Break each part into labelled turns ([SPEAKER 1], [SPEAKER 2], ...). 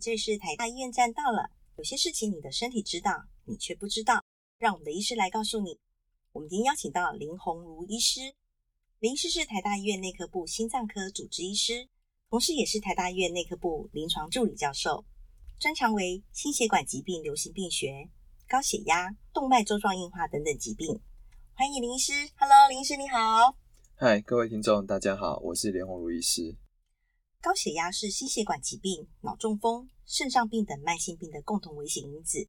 [SPEAKER 1] 岁是台大医院站到了。有些事情你的身体知道，你却不知道，让我们的医师来告诉你。我们今天邀请到林鸿儒医师，林医师是台大医院内科部心脏科主治医师，同时也是台大医院内科部临床助理教授，专长为心血管疾病、流行病学、高血压、动脉粥状硬化等等疾病。欢迎林医师，Hello，林医师你好。
[SPEAKER 2] 嗨，各位听众，大家好，我是连红如医师。
[SPEAKER 1] 高血压是心血管疾病、脑中风、肾脏病等慢性病的共同危险因子。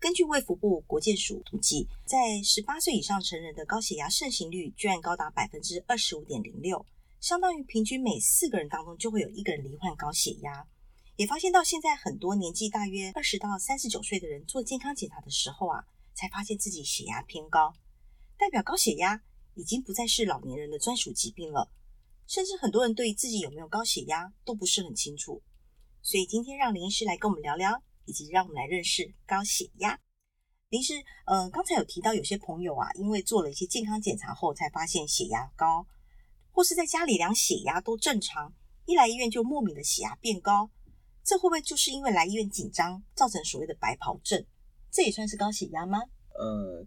[SPEAKER 1] 根据卫福部国健署统计，在十八岁以上成人的高血压盛行率居然高达百分之二十五点零六，相当于平均每四个人当中就会有一个人罹患高血压。也发现到现在，很多年纪大约二十到三十九岁的人做健康检查的时候啊，才发现自己血压偏高，代表高血压已经不再是老年人的专属疾病了。甚至很多人对于自己有没有高血压都不是很清楚，所以今天让林医师来跟我们聊聊，以及让我们来认识高血压。林医师，呃，刚才有提到有些朋友啊，因为做了一些健康检查后才发现血压高，或是在家里量血压都正常，一来医院就莫名的血压变高，这会不会就是因为来医院紧张造成所谓的白袍症？这也算是高血压吗？
[SPEAKER 2] 呃，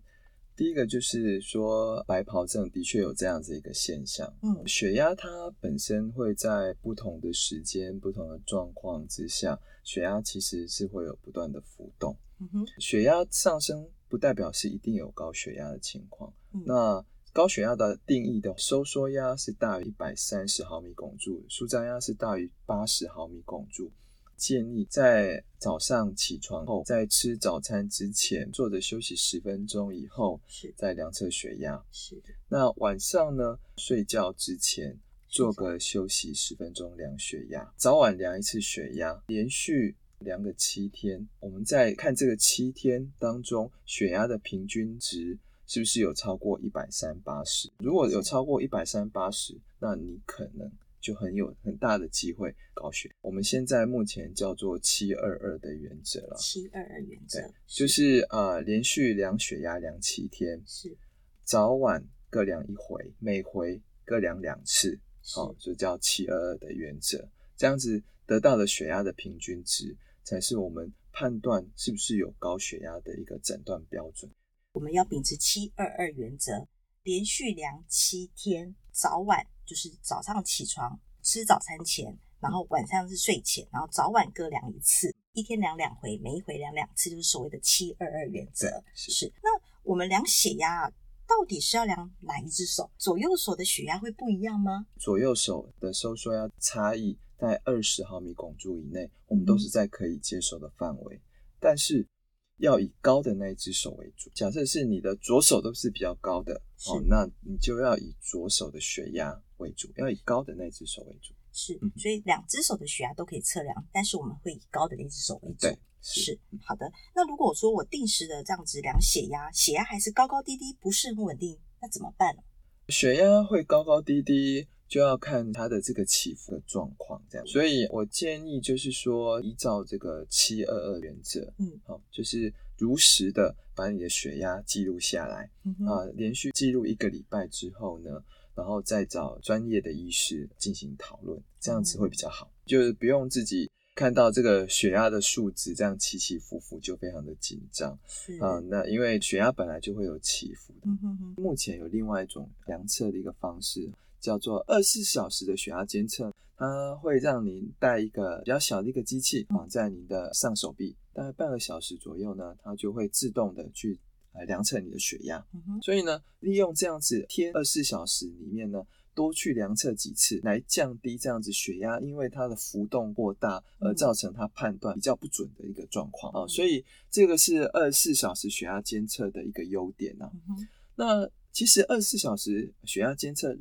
[SPEAKER 2] 第一个就是说，白袍症的确有这样子一个现象。
[SPEAKER 1] 嗯
[SPEAKER 2] 血压它本身会在不同的时间、不同的状况之下，血压其实是会有不断的浮动。
[SPEAKER 1] 嗯哼，
[SPEAKER 2] 血压上升不代表是一定有高血压的情况。
[SPEAKER 1] 嗯
[SPEAKER 2] 那高血压的定义的收缩压是大于一百三十毫米汞柱，舒张压是大于八十毫米汞柱。建议在早上起床后，在吃早餐之前坐着休息十分钟以后，
[SPEAKER 1] 是
[SPEAKER 2] 再量测血压。
[SPEAKER 1] 是的，
[SPEAKER 2] 那晚上呢，睡觉之前做个休息十分钟，量血压，早晚量一次血压，连续量个七天。我们在看这个七天当中，血压的平均值是不是有超过一百三八十？如果有超过一百三八十，那你可能。就很有很大的机会高血，我们现在目前叫做七二二的原则了，
[SPEAKER 1] 七二二原则
[SPEAKER 2] 对，就是呃连续量血压量七天，
[SPEAKER 1] 是
[SPEAKER 2] 早晚各量一回，每回各量两次，
[SPEAKER 1] 是
[SPEAKER 2] 好、就叫七二二的原则。这样子得到的血压的平均值，才是我们判断是不是有高血压的一个诊断标准。
[SPEAKER 1] 我们要秉持七二二原则，连续量七天，早晚就是早上起床吃早餐前，然后晚上是睡前，然后早晚各量一次，一天量两回，每一回量两次，就是所谓的七二二原则。
[SPEAKER 2] 是
[SPEAKER 1] 是，那我们量血压啊到底是要量哪一只手？左右手的血压会不一样吗？
[SPEAKER 2] 左右手的收缩压差异在二十毫米汞柱以内，我们都是在可以接受的范围，但是要以高的那一只手为主。假设是你的左手都是比较高的，
[SPEAKER 1] 是
[SPEAKER 2] 哦，那你就要以左手的血压为主，要以高的那只手为主。
[SPEAKER 1] 是
[SPEAKER 2] 嗯，
[SPEAKER 1] 所以两只手的血压都可以测量，但是我们会以高的那只手为主。
[SPEAKER 2] 对，
[SPEAKER 1] 是好的。那如果说我定时的这样子量血压，血压还是高高低低，不是很稳定，那怎么办呢？
[SPEAKER 2] 血压会高高低低，就要看它的这个起伏的状况，这样。所以我建议就是说，依照这个七二二原则，
[SPEAKER 1] 嗯，
[SPEAKER 2] 好、就是如实的把你的血压记录下来
[SPEAKER 1] 嗯哼
[SPEAKER 2] 啊、连续记录一个礼拜之后呢，然后再找专业的医师进行讨论，这样子会比较好，就是不用自己看到这个血压的数值这样起起伏伏就非常的紧张
[SPEAKER 1] 是，
[SPEAKER 2] 啊、那因为血压本来就会有起伏的。
[SPEAKER 1] 嗯哼哼，
[SPEAKER 2] 目前有另外一种量测的一个方式，叫做二十四小时的血压监测，它会让您带一个比较小的一个机器绑在您的上手臂，大概半个小时左右呢，它就会自动的去呃量测你的血压。
[SPEAKER 1] 嗯哼，
[SPEAKER 2] 所以呢，利用这样子天二十四小时里面呢，多去量测几次，来降低这样子血压，因为它的浮动过大而造成它判断比较不准的一个状况啊、
[SPEAKER 1] 嗯
[SPEAKER 2] 所以这个是二十四小时血压监测的一个优点啊。
[SPEAKER 1] 嗯哼，
[SPEAKER 2] 那其实二十四小时血压监测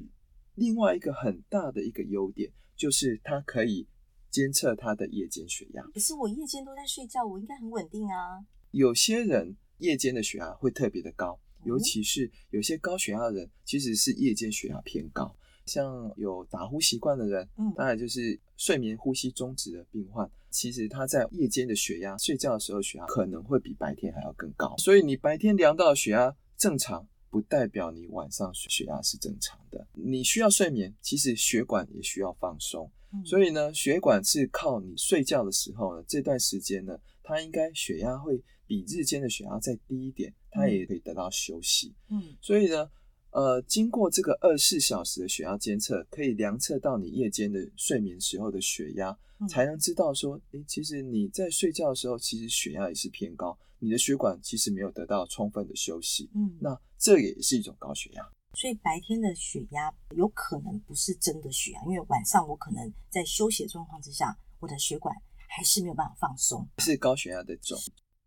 [SPEAKER 2] 另外一个很大的一个优点，就是它可以监测它的夜间血压。
[SPEAKER 1] 可是我夜间都在睡觉，我应该很稳定啊。
[SPEAKER 2] 有些人夜间的血压会特别的高，
[SPEAKER 1] 嗯
[SPEAKER 2] 尤其是有些高血压的人，其实是夜间血压偏高。像有打呼习惯的人，
[SPEAKER 1] 嗯，
[SPEAKER 2] 当然就是睡眠呼吸中止的病患，其实他在夜间的血压，睡觉的时候血压可能会比白天还要更高。所以你白天量到的血压正常，不代表你晚上血压是正常的。你需要睡眠，其实血管也需要放松。
[SPEAKER 1] 嗯
[SPEAKER 2] 所以呢，血管是靠你睡觉的时候呢，这段时间呢，它应该血压会比日间的血压再低一点，它也可以得到休息。
[SPEAKER 1] 嗯
[SPEAKER 2] 所以呢，呃，经过这个二十四小时的血压监测，可以量测到你夜间的睡眠时候的血压，
[SPEAKER 1] 嗯
[SPEAKER 2] 才能知道说，诶，其实你在睡觉的时候，其实血压也是偏高，你的血管其实没有得到充分的休息。
[SPEAKER 1] 嗯，
[SPEAKER 2] 那这也是一种高血压。
[SPEAKER 1] 所以白天的血压有可能不是真的血压，因为晚上我可能在休息的状况之下，我的血管还是没有办法放松。
[SPEAKER 2] 是高血压的种。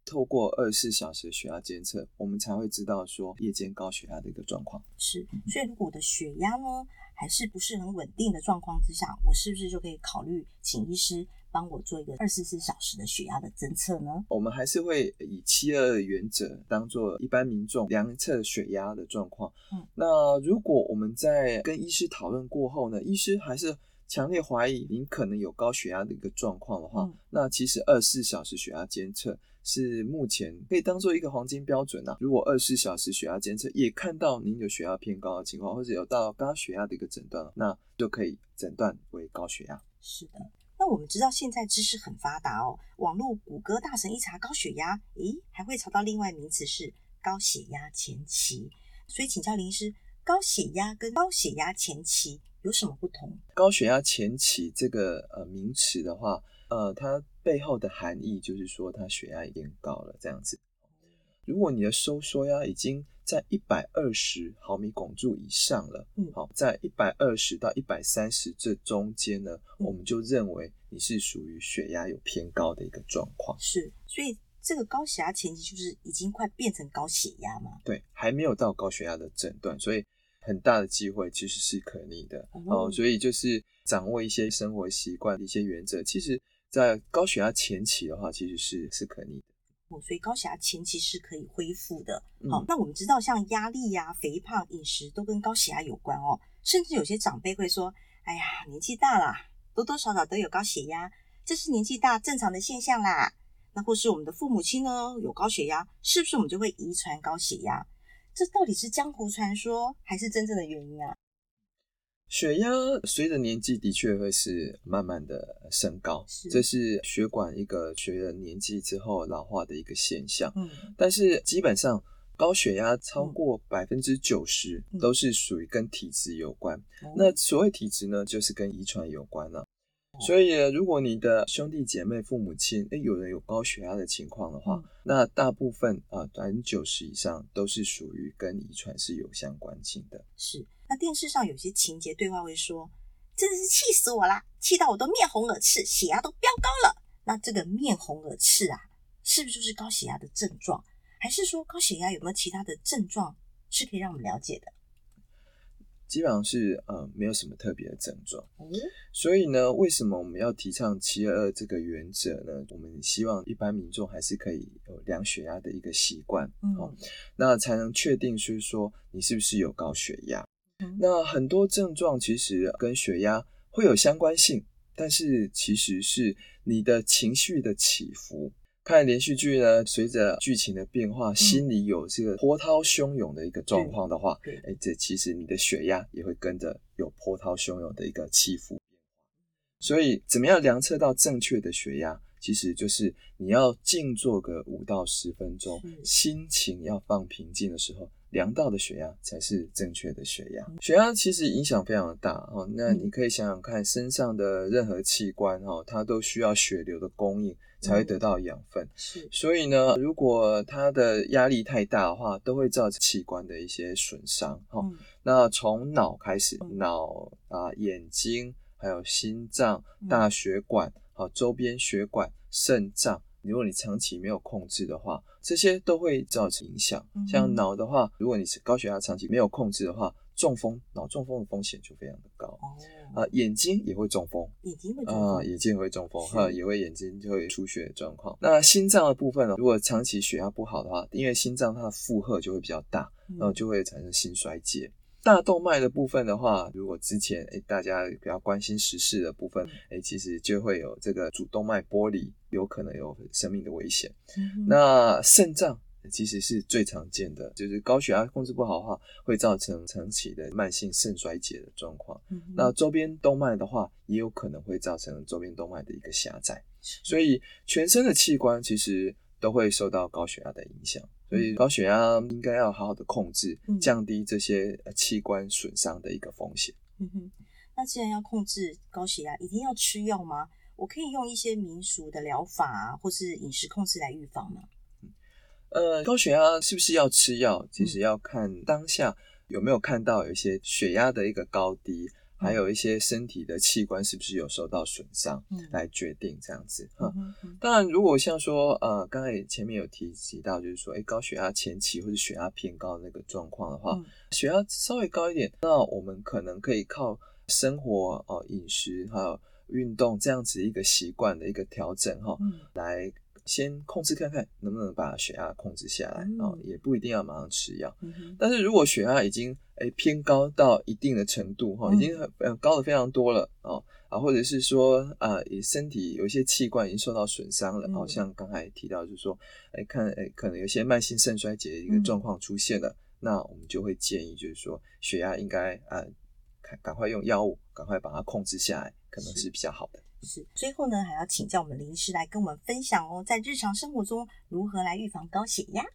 [SPEAKER 2] 透过二十四小时的血压监测，我们才会知道说夜间高血压的一个状况。
[SPEAKER 1] 是，所以如果我的血压呢还是不是很稳定的状况之下，我是不是就可以考虑请医师帮我做一个二十四小时的血压的侦测呢？
[SPEAKER 2] 我们还是会以七二原则当做一般民众量测血压的状况。
[SPEAKER 1] 嗯
[SPEAKER 2] 那如果我们在跟医师讨论过后呢，医师还是强烈怀疑您可能有高血压的一个状况的话，
[SPEAKER 1] 嗯
[SPEAKER 2] 那其实二十四小时血压监测是目前可以当做一个黄金标准啊。如果二十四小时血压监测也看到您有血压偏高的情况，或者有到高血压的一个诊断，那就可以诊断为高血压。
[SPEAKER 1] 是的。那我们知道现在知识很发达哦，网络谷歌大神一查高血压，咦，还会查到另外名词是高血压前期。所以请教林医师，高血压跟高血压前期有什么不同？
[SPEAKER 2] 高血压前期这个呃名词的话，呃，它背后的含义就是说它血压已经高了这样子。如果你的收缩压已经在一百二十毫米汞柱以上了，
[SPEAKER 1] 嗯
[SPEAKER 2] 好，在一百二十到一百三十这中间呢，我们就认为你是属于血压有偏高的一个状况。
[SPEAKER 1] 是，所以这个高血压前期就是已经快变成高血压嘛？
[SPEAKER 2] 对，还没有到高血压的诊断，所以很大的机会其实是可逆的
[SPEAKER 1] 哦
[SPEAKER 2] 哦、所以就是掌握一些生活习惯、一些原则，其实在高血压前期的话，其实是是可逆的。
[SPEAKER 1] 哦，所以高血压前期是可以恢复的。
[SPEAKER 2] 嗯
[SPEAKER 1] 好、那我们知道像压力呀、肥胖、饮食都跟高血压有关哦。甚至有些长辈会说：“哎呀，年纪大了，多多少少都有高血压，这是年纪大正常的现象啦。”那或是我们的父母亲呢有高血压，是不是我们就会遗传高血压？这到底是江湖传说，还是真正的原因啊？
[SPEAKER 2] 血压随着年纪的确会是慢慢的升高，
[SPEAKER 1] 是
[SPEAKER 2] 这是血管一个随着年纪之后老化的一个现象。
[SPEAKER 1] 嗯，
[SPEAKER 2] 但是基本上高血压超过百分之九十
[SPEAKER 1] 嗯
[SPEAKER 2] 都是属于跟体质有关。
[SPEAKER 1] 哦
[SPEAKER 2] 那所谓体质呢，就是跟遗传有关了、所以，呃如果你的兄弟姐妹、父母亲，诶，有人有高血压的情况的话，
[SPEAKER 1] 嗯
[SPEAKER 2] 那大部分啊，百分之九十以上都是属于跟遗传是有相关性的。
[SPEAKER 1] 是，那电视上有些情节对话会说，真的是气死我啦，气到我都面红耳赤，血压都飙高了。那这个面红耳赤啊，是不是就是高血压的症状？还是说高血压有没有其他的症状是可以让我们了解的？
[SPEAKER 2] 基本上是呃，没有什么特别的症状。
[SPEAKER 1] 哦，
[SPEAKER 2] 所以呢，为什么我们要提倡七二二这个原则呢？我们希望一般民众还是可以有量血压的一个习惯，
[SPEAKER 1] 嗯
[SPEAKER 2] 哦，那才能确定是说你是不是有高血压。
[SPEAKER 1] 嗯
[SPEAKER 2] 那很多症状其实跟血压会有相关性，但是其实是你的情绪的起伏。看连续剧呢，随着剧情的变化，心里有这个波涛汹涌的一个状况的话，
[SPEAKER 1] 对
[SPEAKER 2] 哎，这其实你的血压也会跟着有波涛汹涌的一个起伏。所以，怎么样量测到正确的血压？其实就是你要静坐个五到十分钟，
[SPEAKER 1] 是
[SPEAKER 2] 心情要放平静的时候，量到的血压才是正确的血压。血压其实影响非常的大哦。那
[SPEAKER 1] 嗯
[SPEAKER 2] 你可以想想看，身上的任何器官哦，它都需要血流的供应才
[SPEAKER 1] 嗯
[SPEAKER 2] 会得到养分。
[SPEAKER 1] 是
[SPEAKER 2] 所以呢，如果它的压力太大的话，都会造成器官的一些损伤哈。哦
[SPEAKER 1] 嗯
[SPEAKER 2] 那从脑开始
[SPEAKER 1] 嗯，
[SPEAKER 2] 脑啊、眼睛，还有心脏
[SPEAKER 1] 嗯、
[SPEAKER 2] 大血管、好、周边血管、肾脏，如果你长期没有控制的话，这些都会造成影响。
[SPEAKER 1] 嗯
[SPEAKER 2] 像脑的话，如果你是高血压长期没有控制的话，中风、脑中风的风险就非常的高。
[SPEAKER 1] 哦，
[SPEAKER 2] 啊、眼睛也会中风，
[SPEAKER 1] 眼睛会中
[SPEAKER 2] 啊、
[SPEAKER 1] 风，
[SPEAKER 2] 眼睛也会中风，
[SPEAKER 1] 是
[SPEAKER 2] 哈，也会眼睛就会出血的状况。那心脏的部分呢，如果长期血压不好的话，因为心脏它的负荷就会比较大，
[SPEAKER 1] 嗯
[SPEAKER 2] 然后呃就会产生心衰竭。大动脉的部分的话，如果之前诶大家比较关心时事的部分
[SPEAKER 1] 嗯，
[SPEAKER 2] 诶其实就会有这个主动脉剥离，有可能有生命的危险。
[SPEAKER 1] 嗯哼
[SPEAKER 2] 那肾脏其实是最常见的，就是高血压控制不好的话，会造成长期的慢性肾衰竭的状况。
[SPEAKER 1] 嗯哼
[SPEAKER 2] 那周边动脉的话，也有可能会造成周边动脉的一个狭窄，所以全身的器官其实都会受到高血压的影响。所以高血压应该要好好的控制，
[SPEAKER 1] 嗯
[SPEAKER 2] 降低这些呃器官损伤的一个风险。
[SPEAKER 1] 嗯哼，那既然要控制高血压，一定要吃药吗？我可以用一些民俗的疗法啊，或是饮食控制来预防吗？
[SPEAKER 2] 呃，高血压是不是要吃药？其实要看当下有没有看到有一些血压的一个高低，还有一些身体的器官是不是有受到损伤
[SPEAKER 1] 嗯
[SPEAKER 2] 来决定这样子。哈、
[SPEAKER 1] 嗯哼嗯
[SPEAKER 2] 当然，如果像说呃，刚才也前面有提及到，就是说，哎，高血压前期或者血压偏高的那个状况的话，
[SPEAKER 1] 嗯
[SPEAKER 2] 血压稍微高一点，那我们可能可以靠生活哦、呃饮食还有运动这样子一个习惯的一个调整哈、
[SPEAKER 1] 嗯
[SPEAKER 2] 来先控制看看能不能把血压控制下来
[SPEAKER 1] 嗯
[SPEAKER 2] 哦、也不一定要马上吃药。
[SPEAKER 1] 嗯哼
[SPEAKER 2] 但是如果血压已经诶偏高到一定的程度哈，
[SPEAKER 1] 嗯
[SPEAKER 2] 已经很呃高的非常多了哦啊，或者是说啊，也身体有一些器官已经受到损伤了，
[SPEAKER 1] 嗯
[SPEAKER 2] 好、像刚才提到就是说，哎看哎可能有些慢性肾衰竭的一
[SPEAKER 1] 嗯
[SPEAKER 2] 个状况出现了，那我们就会建议就是说血压应该啊赶赶快用药物赶快把它控制下来，可能
[SPEAKER 1] 是
[SPEAKER 2] 是比较好的。
[SPEAKER 1] 是。最后呢，还要请教我们林医师来跟我们分享哦，在日常生活中如何来预防高血压？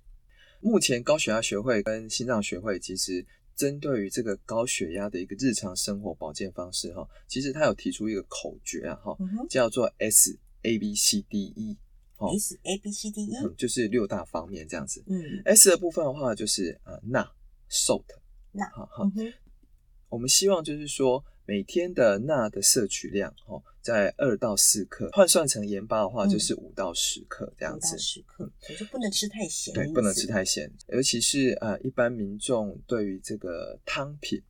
[SPEAKER 2] 目前高血压学会跟心脏学会其实针对于这个高血压的一个日常生活保健方式哈，其实它有提出一个口诀啊哈，
[SPEAKER 1] 嗯哼
[SPEAKER 2] 叫做 S A B C D E，好
[SPEAKER 1] ，S A B C D E，
[SPEAKER 2] 嗯就是六大方面这样子。
[SPEAKER 1] 嗯，
[SPEAKER 2] S 的部分的话就是啊钠、salt，
[SPEAKER 1] 钠
[SPEAKER 2] 哈哈
[SPEAKER 1] 嗯，哼，
[SPEAKER 2] 我们希望就是说每天的钠的摄取量哦，在二到四克，换算成盐巴的话
[SPEAKER 1] 嗯
[SPEAKER 2] 就是五到十克这样
[SPEAKER 1] 五
[SPEAKER 2] 子
[SPEAKER 1] 到。十克，我就不能吃太咸的意
[SPEAKER 2] 对，
[SPEAKER 1] 思，
[SPEAKER 2] 不能吃太咸，尤其是呃，一般民众对于这个汤品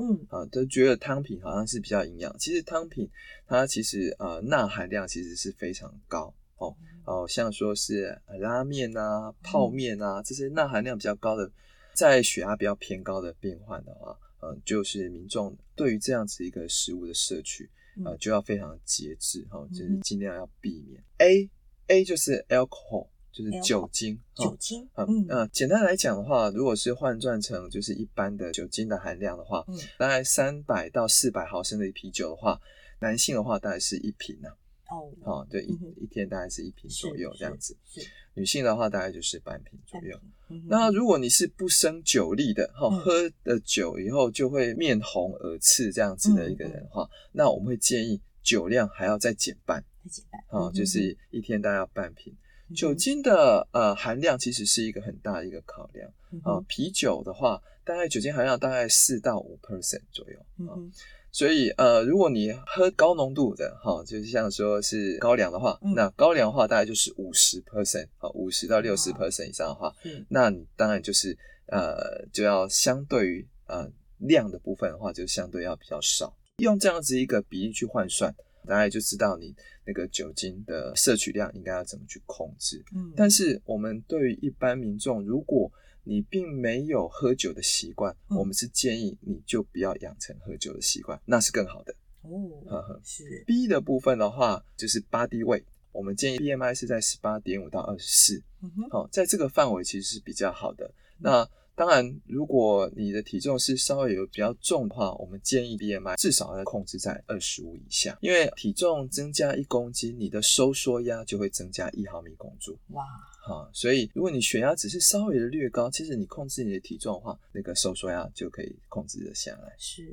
[SPEAKER 1] 嗯
[SPEAKER 2] 啊、都觉得汤品好像是比较营养。其实汤品它其实呃钠含量其实是非常高哦
[SPEAKER 1] 嗯
[SPEAKER 2] 哦，像说是呃拉面啊、泡面啊这些钠含量比较高的，在血压比较偏高的病患的话，嗯、就是民众对于这样子一个食物的摄取啊、呃
[SPEAKER 1] 嗯
[SPEAKER 2] 就要非常节制哈、哦，就是
[SPEAKER 1] 嗯哼
[SPEAKER 2] 尽量要避免。A A 就是 alcohol，就是
[SPEAKER 1] Alcohol
[SPEAKER 2] 酒精。哦
[SPEAKER 1] 酒精，
[SPEAKER 2] 嗯
[SPEAKER 1] 嗯，
[SPEAKER 2] 呃，简单来讲的话，如果是换算成就是一般的酒精的含量的话，
[SPEAKER 1] 嗯
[SPEAKER 2] 大概三百到四百毫升的啤酒的话，男性的话大概是一瓶呐、
[SPEAKER 1] 哦，
[SPEAKER 2] 啊，哦，对，一、
[SPEAKER 1] 嗯哼
[SPEAKER 2] 一天大概是一瓶
[SPEAKER 1] 是
[SPEAKER 2] 左右这样子，，
[SPEAKER 1] 是是
[SPEAKER 2] 女性的话大概就是半瓶左右。
[SPEAKER 1] 嗯哼
[SPEAKER 2] 那如果你是不生酒力的，哈、
[SPEAKER 1] 嗯
[SPEAKER 2] 喝了酒以后就会面红耳赤这样子
[SPEAKER 1] 嗯
[SPEAKER 2] 的一个人的话，那我们会建议酒量还要再减半，
[SPEAKER 1] 太简单，
[SPEAKER 2] 哈、
[SPEAKER 1] 嗯
[SPEAKER 2] 就
[SPEAKER 1] 哼
[SPEAKER 2] 是一天大概要半瓶。
[SPEAKER 1] 嗯
[SPEAKER 2] 酒
[SPEAKER 1] 哼
[SPEAKER 2] 精的呃含量其实是一个很大的一个考量
[SPEAKER 1] 嗯
[SPEAKER 2] 啊、
[SPEAKER 1] 哼
[SPEAKER 2] 啤酒的话，大概酒精含量大概四到五 percent 左右
[SPEAKER 1] 嗯
[SPEAKER 2] 啊、
[SPEAKER 1] 哼
[SPEAKER 2] 所以呃，如果你喝高浓度的哈、就是像说是高粱的话，
[SPEAKER 1] 嗯
[SPEAKER 2] 那高粱的话大概就是五十 percent 啊，五十到六十 percent 以上的话，
[SPEAKER 1] 是
[SPEAKER 2] 那你当然就是呃就要相对于呃量的部分的话，就相对要比较少。用这样子一个比例去换算，大概就知道你那个酒精的摄取量应该要怎么去控制。
[SPEAKER 1] 嗯，
[SPEAKER 2] 但是我们对于一般民众，如果你并没有喝酒的习惯，
[SPEAKER 1] 嗯
[SPEAKER 2] 我们是建议你就不要养成喝酒的习惯，那是更好的。呵
[SPEAKER 1] 哦，
[SPEAKER 2] 呵
[SPEAKER 1] 是
[SPEAKER 2] B 的部分的话，就是 body weight，我们建议 BMI 是在十八点五到二十四，
[SPEAKER 1] 嗯哼
[SPEAKER 2] 好，在这个范围其实是比较好的。那当然，如果你的体重是稍微有比较重的话，我们建议 BMI 至少要控制在二十五以下，因为体重增加一公斤，你的收缩压就会增加一毫米汞柱。
[SPEAKER 1] 哇，
[SPEAKER 2] 啊，所以如果你血压只是稍微的略高，其实你控制你的体重的话，那个收缩压就可以控制得下来。
[SPEAKER 1] 是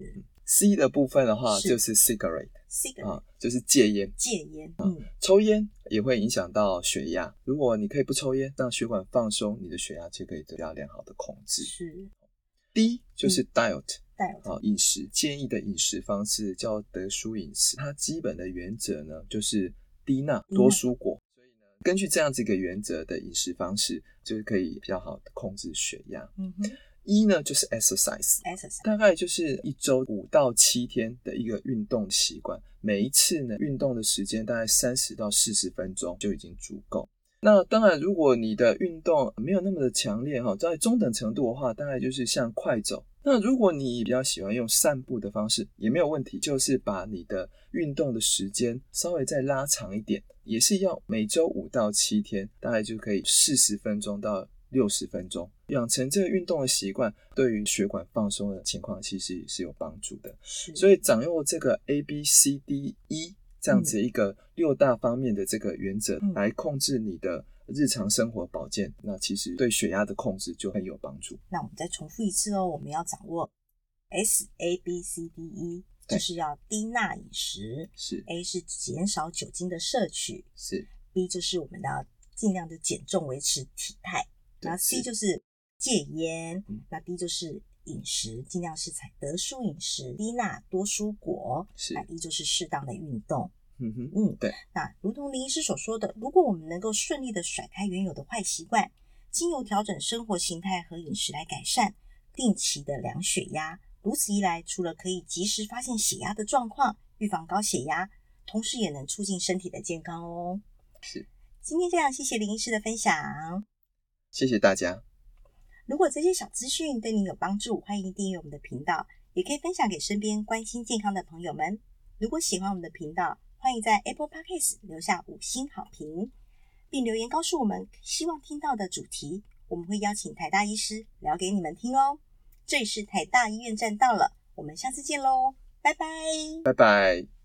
[SPEAKER 2] C 的部分的话，
[SPEAKER 1] 是
[SPEAKER 2] 就是 cigarette
[SPEAKER 1] cigarette
[SPEAKER 2] 啊，就是戒烟。
[SPEAKER 1] 戒烟，嗯
[SPEAKER 2] 抽烟也会影响到血压，如果你可以不抽烟，让血管放松，你的血压就可以得到良好的控制。
[SPEAKER 1] 是
[SPEAKER 2] D 就是 diet、
[SPEAKER 1] 带有
[SPEAKER 2] 啊，饮食建议的饮食方式叫德蔬饮食，它基本的原则呢就是低钠多蔬果。所以呢，根据这样子一个原则的饮食方式，就是可以比较好的控制血压。
[SPEAKER 1] 嗯哼
[SPEAKER 2] 一呢就是 exercise，
[SPEAKER 1] exercise
[SPEAKER 2] 大概就是一周五到七天的一个运动习惯，每一次呢运动的时间大概三十到四十分钟就已经足够。那当然，如果你的运动没有那么的强烈哈，在中等程度的话，大概就是像快走。那如果你比较喜欢用散步的方式，也没有问题，就是把你的运动的时间稍微再拉长一点，也是要每周五到七天，大概就可以四十分钟到六十分钟。养成这个运动的习惯，对于血管放松的情况其实是有帮助的。
[SPEAKER 1] 是，
[SPEAKER 2] 所以掌握这个 A B C D E 这样子一个六大方面的这个原则，
[SPEAKER 1] 嗯
[SPEAKER 2] 来控制你的日常生活保健，那其实对血压的控制就很有帮助。
[SPEAKER 1] 那我们再重复一次哦，我们要掌握 S A B C D E，
[SPEAKER 2] 对
[SPEAKER 1] 就是要低钠饮食
[SPEAKER 2] 是
[SPEAKER 1] ，A 是减少酒精的摄取
[SPEAKER 2] 是，
[SPEAKER 1] ，B 就是我们要尽量的减重维持体态，
[SPEAKER 2] 对
[SPEAKER 1] 那 C 就是戒烟
[SPEAKER 2] 嗯，
[SPEAKER 1] 那 D 就是饮食尽量是采得蔬饮食，低钠多蔬果，
[SPEAKER 2] 是
[SPEAKER 1] 那 E 就是适当的运动。
[SPEAKER 2] 嗯哼，
[SPEAKER 1] 嗯，
[SPEAKER 2] 对。
[SPEAKER 1] 那如同林医师所说的，如果我们能够顺利的甩开原有的坏习惯，经由调整生活形态和饮食来改善，定期的量血压，如此一来，除了可以及时发现血压的状况，预防高血压，同时也能促进身体的健康哦。
[SPEAKER 2] 是，
[SPEAKER 1] 今天非常谢谢林医师的分享。
[SPEAKER 2] 谢谢大家，
[SPEAKER 1] 如果这些小资讯对您有帮助，欢迎订阅我们的频道，也可以分享给身边关心健康的朋友们。如果喜欢我们的频道，欢迎在 Apple Podcast 留下五星好评，并留言告诉我们希望听到的主题，我们会邀请台大医师聊给你们听哦。这里是台大医院站到了，我们下次见喽，拜拜。
[SPEAKER 2] 拜拜。